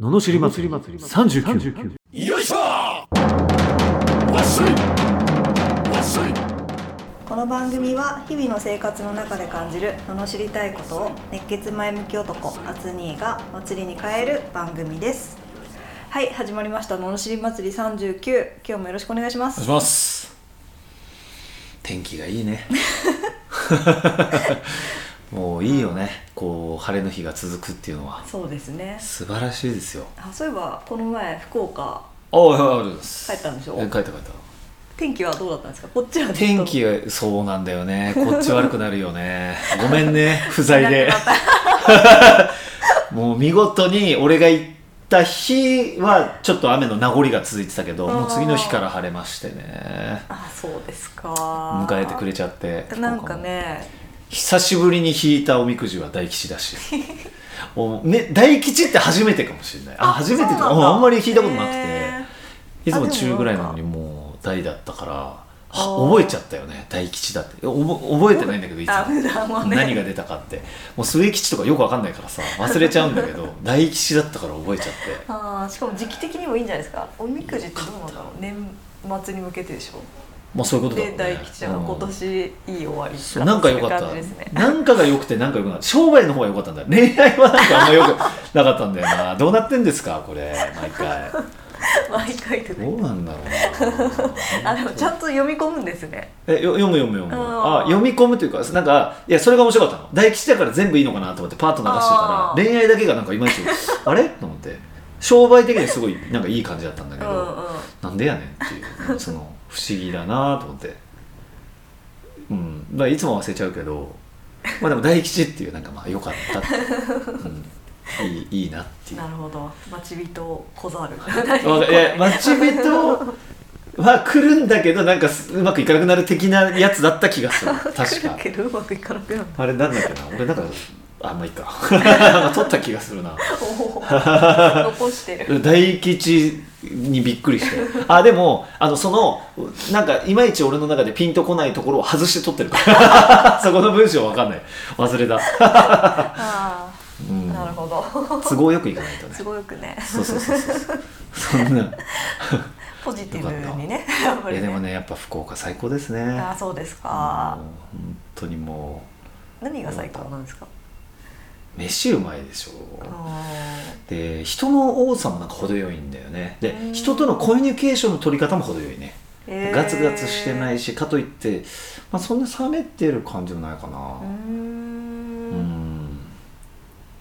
ののしり祭り39よいしょわっしょいわっしょいこの番組は日々の生活の中で感じる罵りたいことを熱血前向き男アツニーが祭りに変える番組ですはい始まりました罵り祭り39今日もよろしくお願いしまお願いすします天気がいい ねもういいよねこう晴れの日が続くっていうのはそうですね素晴らしいですよあそういえばこの前福岡ああありがとうございます帰ったんでしょえ帰った帰っ天気はどうだったんですかこっちはずっとた天気がそうなんだよねこっち悪くなるよねごめんね不在 でまたもう見事に俺が行った日はちょっと雨の名残が続いてたけどもう次の日から晴れましてねあそうですか迎えてくれれちゃってなんかね久しぶりに引いたおみくじは大吉 だしお、ね、大吉って初めてかもしれないああ初めてってそうなんうんだあんまり引いたことなくて、へいつもあでも中ぐらいなのにもう大だったからあはー覚えちゃったよね大吉だっておぼ覚えてないんだけどいつあも普段はね何が出たかってもう末吉とかよくわかんないからさ忘れちゃうんだけ ど大吉だったから覚えちゃってあーしかも時期的にもいいんじゃないですかおみくじってどうなんだろう年末に向けてでしょまあそういうことだろでう大吉のうん今年いい終わりそうなんか良かっそういう感た、じですね なんかが良くてなんか良くなった商売の方が良かったんだ恋愛はなんかあんま良くなかったんだよなどうなってんですかこれ毎回毎回とかどうなんだろうなあでもちゃんと読み込むんですねえよ読む読む読むああー読み込むというかなんかいやそれが面白かったの大吉だから全部いいのかなと思ってパーッと流してあたーら恋愛だけがなんかいまいちあれと思って商売的にはすごいなんかいい感じだったんだうけんど、うんなんでやねんっていうその不思議だなと思ってうんだからいつも忘れちゃうけどまあでも大吉っていうなんかまあ良かったって、うん、いいいいなっていうなるほど待ち人小 猿わかいや待ち人は来るんだけどなんかすうまくいかなくなる的なやつだった気がする確来かるけどうまくいかなくなるあれなんだっけな俺なんかあんまあいいか なんか取った気がするな おー残してる大吉にびっくりしてあでもあのそのなんかいまいち俺の中でピンとこないところを外して撮ってるから そこの文章わかんない忘れた、あうんあ、なるほど都合よくいかないとねすごくねそうそうそうそうそんなポジティブにねやっぱいりやでもねねやっぱ福岡最高ですねああそうですもかう本当にも何が最高なんですかう飯うまいでしょあで人の多さもなんか程よいんだよねでうん人とのコミュニケーションの取り方も程よいねーえーガツガツしてないしかといって、まあ、そんな冷めてる感じもないかなうーうんん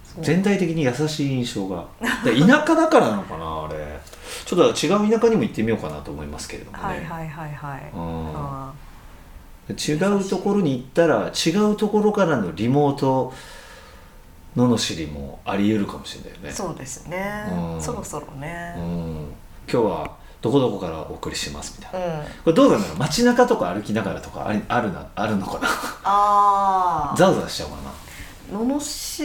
そう全体的に優しい印象がで田舎だからなのかなあれちょっと違う田舎にも行ってみようかなと思いますけれどもね、はいはいはいはいあうん、違うところに行ったら違うところからのリモートののしりもあり得るかもしれないよーねそうですねうんそろそろねうん、今日はどこどこからお送りしますみたいな、うんあこれどうなんだろう街中とか歩きながらとかありあるなあるのかなあざわざわしちゃうかなののし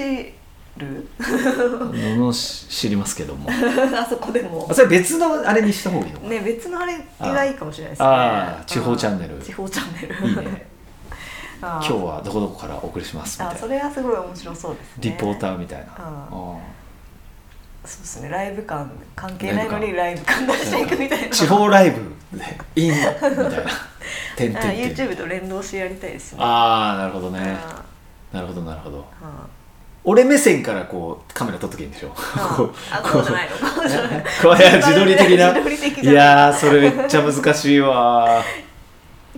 る ののし知りますけどもあそこでもあそれ別のあれにした方がいいのかな、ね別のあれがいいかもしれないですねあー地方チャンネルうん地方チャンネルいい ね今今日はどこどこからお送りしますみあたそいなれはすごい面白そうですねリポーーターみたいな、うんうんそうですねライブ感関係ないのにライブ感出していくみたいな地方ライブでインみたい な点あ々点 YouTube と連動してやりたいですねああなるほどうんねなるほどなるほどうん俺目線からこうカメラ撮っときゃいいんでしょこあそうじゃないのこうじゃないこういや自撮り的な自撮り的じゃないいやーそれめっちゃ難しいわ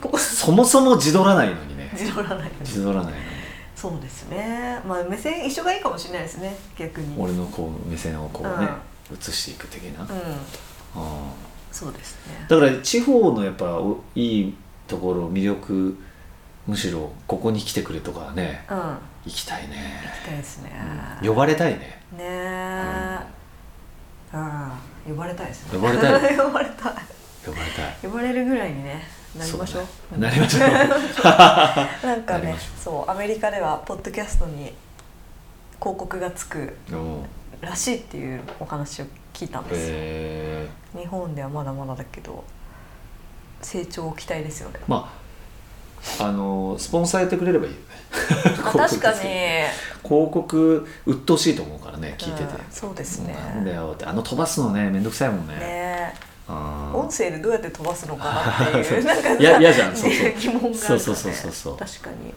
ここそもそも自撮らないのにね自撮らないのに自撮らないのにそうですねまあ目線一緒がいいかもしれないですね逆にうん俺のこう目線をこうね映していく的な、うんそうですねだから地方のやっぱおいいところ魅力むしろここに来てくれとかねうん行行きたいねきたいですね呼ばれたいねねえうん呼ばれたいですね呼ばれた 呼ばれたい呼ばれたい呼ばれるぐらいにねなりましょうそだねなりましょう なんかなりねましょそうアメリカではポッドキャストに広告がつくうんらしいっていうお話を聞いたんですよえ 日本ではまだまだだけど成長を期待ですよねーまああのスポンサーやってくれればいいよねあ確かに、広告鬱陶しいと思うからね聞いてて、うんそうですねなんだよってあの飛ばすのねめんどくさいもんねねうん音声でどうやって飛ばすのか なっていうなんかさいや嫌じゃんそうそうね疑問があるからねそうそうそうそう確かに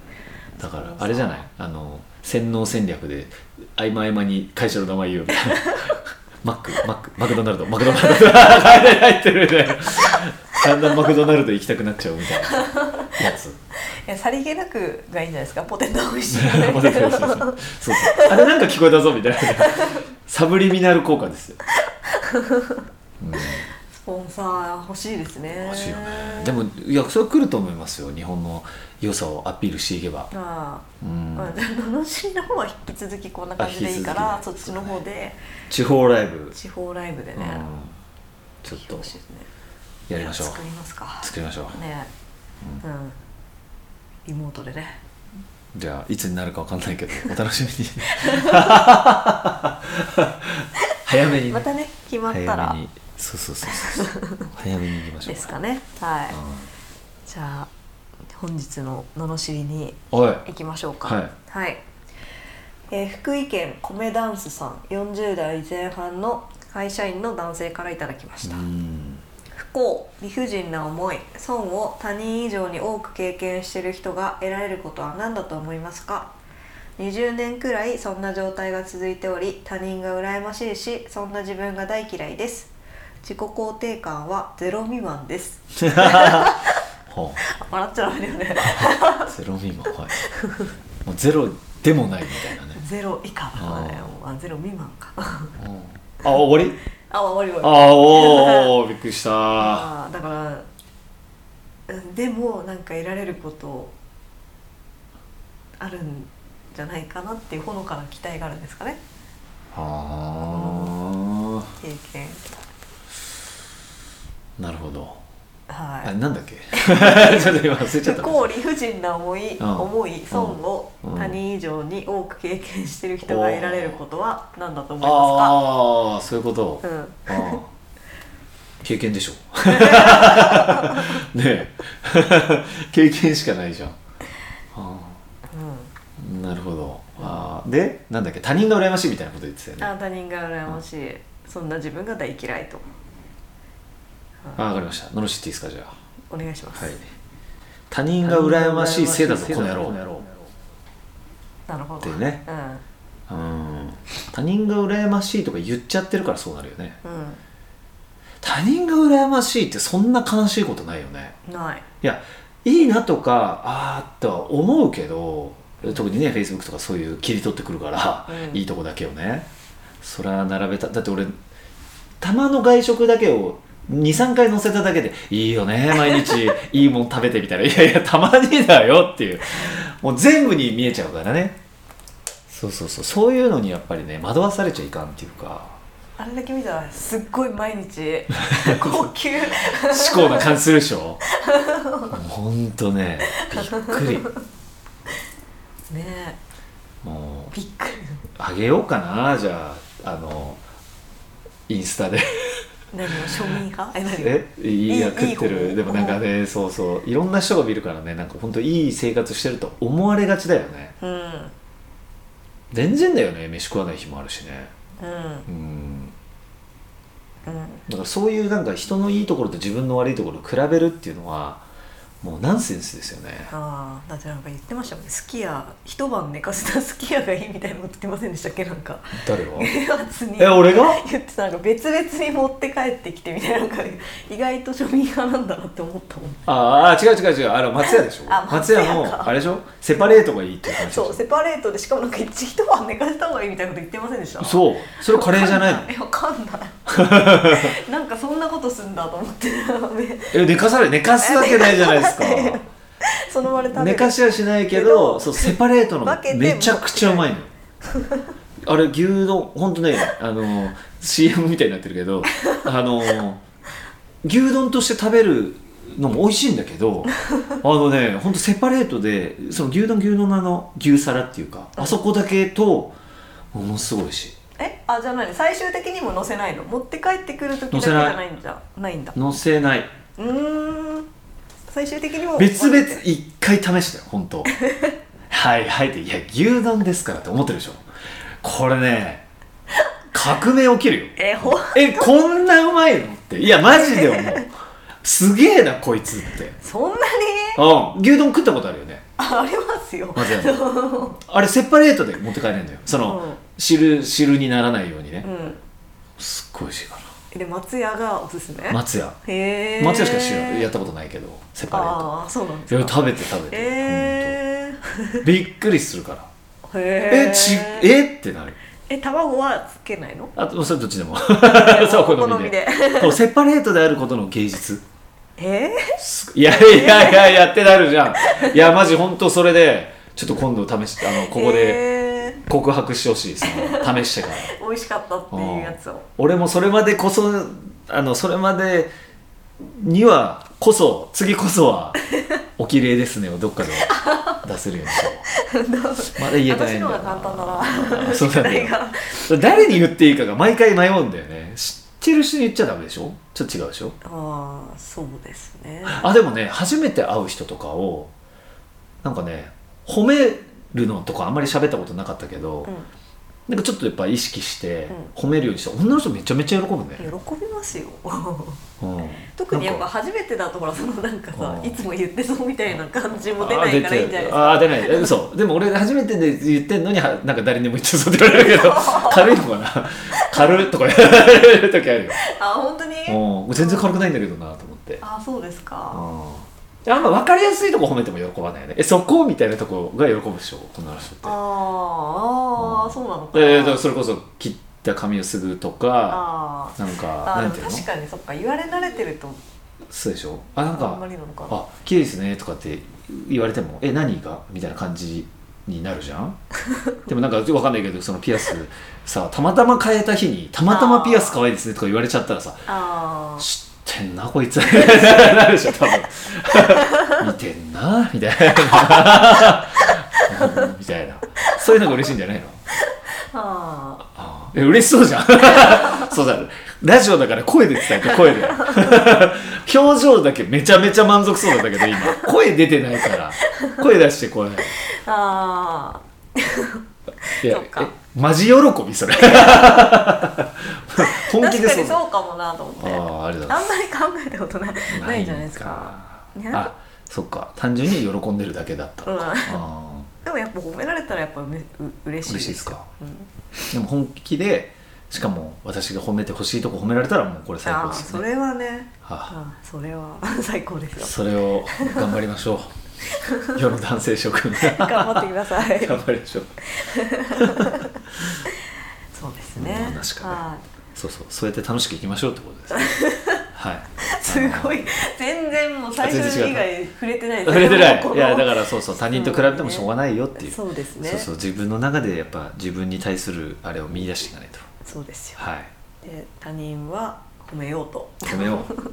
だからあれじゃないあの洗脳戦略で合間合間に会社の名前言うみたい なマックマックマクドナルドマクドナルド入ってるねだんだんマクドナルド行きたくなっちゃうみたいなやつえさりげなくがいいんじゃないですかポテト美味しい そうそうそうあれなんか聞こえた ぞみたいなサブリミナル効果ですよ、うんスポンサー欲しいですね欲しいよねでもいやそれは来ると思いますよ日本の良さをアピールしていけば、まうあ、んまあ、罵りの方は引き続きこんな感じでいいかあら、引きそっ続きちの方で、地方ライブ、地方ライブでうんね、ちょっ来てとほしいですねやりましょう作りますか作りましょうねうん、リモートでねじゃあいつになるかわかんないけ どお楽しみに早めにね、またね決まった早らめにそうそうそうそう早めに行きましょうですかねはい、うんじゃあ本日の罵りにおい行きましょうかはい、えー福井県米ダンスさん40代前半の会社員の男性からいただきました、うん不幸理不尽な思い損を他人以上に多く経験している人が得られることは何だと思いますか20年くらいそんな状態が続いており他人が羨ましいしそんな自分が大嫌いです自己肯定感はゼロ未満ですほあ笑っちゃダメだよ ねうゼロ未満はいもうゼロでもないみたいなね、ゼロ以下だからねああゼロ未満 かあうんあ終わり終わり終わりあーおーおーびっくりしたあーだからうんでもなんか得られることあるんじゃないかなっていうほのかな期待があるんですかねあ経験あなるほどあはなんだ っけちょっと今忘れいちゃ不った幸理不尽な思い、うん思い損をうん他人以上に多く経験してる人が得られることは何だと思いまああそういうことすかうんああ経験で しょねえ経験しかないじゃんああなるほどああでなんだっけ他人が羨ましいみたいなこと言ってたようねん、あ他人が羨ましい、そんな自分が大嫌いとあわかりましたのろしっていいですかじゃあお願いします、はい他人が羨ましいせいだぞこの野郎なるほどってねうんうん他人が羨ましいとか言っちゃってるからそうなるよねう他人が羨ましいってそんな悲しいことないよねんないいやいいなとかあーとは思うけど特にね Facebook とかそういう切り取ってくるから、うんいいとこだけをねそれは並べただって俺たまの外食だけを23回載せただけでいいよね毎日 いいもん食べてみたらいやいやたまにだよっていうもう全部に見えちゃうからねそうそうそうそういうのにやっぱりね惑わされちゃいかんっていうかあれだけ見たらすっごい毎 日高級思考な感じするで しょほんとねびっくりねもうえびっくりあげようかなじゃああのイン スタで何を庶民派え何をえいいやいい食っていいる方でもなんかねそうそういろんな人が見るからねなんか本当いい生活してると思われがちだよねうん全然だよね飯食わない日もあるしねうんうんうんだからそういうなんか人のいいところと自分の悪いところを比べるっていうのはもうナンセンスですよねああだってなんか言ってましたもんねすき家一晩寝かせたすき家がいいみたいなこと言ってませんでしたっけなんか 誰は初にえ俺が言ってたなんか別々に持って帰ってきてみたいななんか意外と庶民派なんだなって思ったもんああ違う違う違うあの松屋でしょあ松屋松屋かのあれでしょセパレートがいいっていう話でしそうょセパレートでしかもなんか一一晩寝かせた方がいいみたいなこと言ってませんでしたそうそれカレーじゃないのえわかんない なんかそんなことすんだと思って え寝かされ寝かすわけないじゃないですかその場で食べる寝かしはしないけけどどそうセパレートの分けてめちゃくちゃうまいのよ あれ牛丼ほんとねあの CM みたいになってる けどあの牛丼として食べるのも美味しいんだけ どあのねほんとセパレートでその牛丼牛丼のあの牛皿っていうかあそこだけとものすごい美味しいえあじゃあ何最終的にも載せないの持って帰ってくる時だけじ載せないゃないんじゃないんだのせないうーん最終的にも別々一回試したよ本当はいはいっていや牛丼ですからって思ってるでしょこれね革命起きるよえほえこんなうまいのっていやマジで思うすげえなこいつってそんなに うん牛丼食ったことあるよねあありますよ松山あれセパレートで持って帰れんだよその、うん汁汁にならないようにね、うんすっごい美味しいかで松屋がおすすめら松屋へえ松屋しか知らやったことないけどセパレートああそうなんですいやか食べて食べて、えほんとびっくりするからー、へえちええってなるえ卵はつけないのあとそれどっちでも そうお好みでこうセパレートであることの芸術えすいやいやいやいやってなるじゃんいやマジ本当それでちょっと今度試してあのここでで、え告白してほしいその試してからー、美味しかったっていうやつを俺もそれまでこそあのそれまでにはこそ次こそは「お綺麗ですね」をどっかで出せるようにしよ うまだ言えてな私いんの方がだよ簡単だなあそうな宿んだよ題が誰に言っていいかが毎回迷うんだよね知ってる人に言っちゃダメでしょちょっと違うでしょ ああそうですねあでもね初めて会う人とかをなんかね褒めるのとかあんまり喋ったことなかったけど、うんなんかちょっとやっぱ意識してう褒めるようにして女の人めちゃめちゃ喜ぶ喜ね、びます ようん、特にやっぱなんか初めてだとほらそのなんかさうんいつも言ってそうみたいな感じも出ないからいいんじゃないですかあー出てるあー出ないえ嘘でも俺初めてで言ってんのにはなんか誰にも言ってそうって言われる けど軽いのかな軽いとか言われる時あるよあ本当にうん全然軽くないんだけどなと思ってあそうですかあんま分かりやすいとこ褒めても喜ばないよねえそこみたいなとこが喜ぶでしょ女の人ってあーあーそうなのかなえー、だからそれこそ切った髪をすぐとかあなんーかあなーんてでいもうの確かにそっか言われ慣れてるとそうでしょあなんあんまかりなのか「なあ綺麗ですね」とかって言われても「え何が?」みたいな感じになるじ ゃんでもなんか分かんないけどそのピアスさたまたま変えた日に「たまたまピアス可愛いですね」とか言われちゃったらさあー知ってんなこ いつなるでしょ多分見てんなみ たいなうんみたいなそういうのが嬉しいんじゃないのああえ嬉しそうじゃん そうだラジオだから声で伝えて声で 表情だけめちゃめちゃ満足そうだったけど今声出てないから声出してこれーあいやそっかえマジ喜びそれ ー本確気でかそにうだそうかもなと思ってああああんりがとうございまますり考えたことないないじゃないですかないいやんかあそっか単純に喜んでるだけだったのか、うんあでもやっぱ褒められたらやっぱうめう嬉しい嬉しいですかうんーでも本気でしかも私が褒めてほしいとこ褒められたらもうこれ最あ高あですそよねれはねはあああそれは 最高ですよそれを頑張りましょ う世の男性諸君頑頑張ってくださ い張りましょうそうですねまあ確かにはそうそうそうやって楽しくいきましょうってことです ねはいいすごい全然もう最初以外触れてない触れてないもうこのいやだからそうそう他人と比べてもしょうがないよっていうそうですねそうそう自分の中でやっぱ自分に対するあれを見出していかないとそうですよはいで他人は褒めようと褒めよう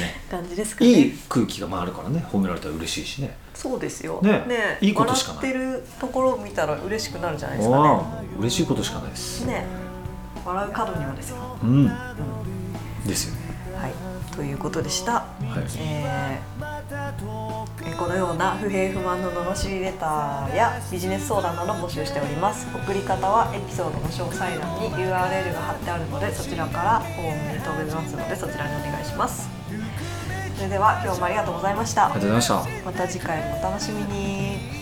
ね感じですかねいい空気が回るからね褒められたら嬉しいしねそうですよねいいことしかない笑ってるところを見たら嬉しくなるじゃないですかああ嬉しいことしかないですねね笑う角にはですようんですよねはいということでしたはいえーえーこのような不平不満の罵りレターやビジネス相談など募集しております送り方はエピソードの詳細欄に URL が貼ってあるのでそちらからフォームに飛べますのでそちらにお願いしますそれでは今日もありがとうございましたありがとうございましたまた次回もお楽しみに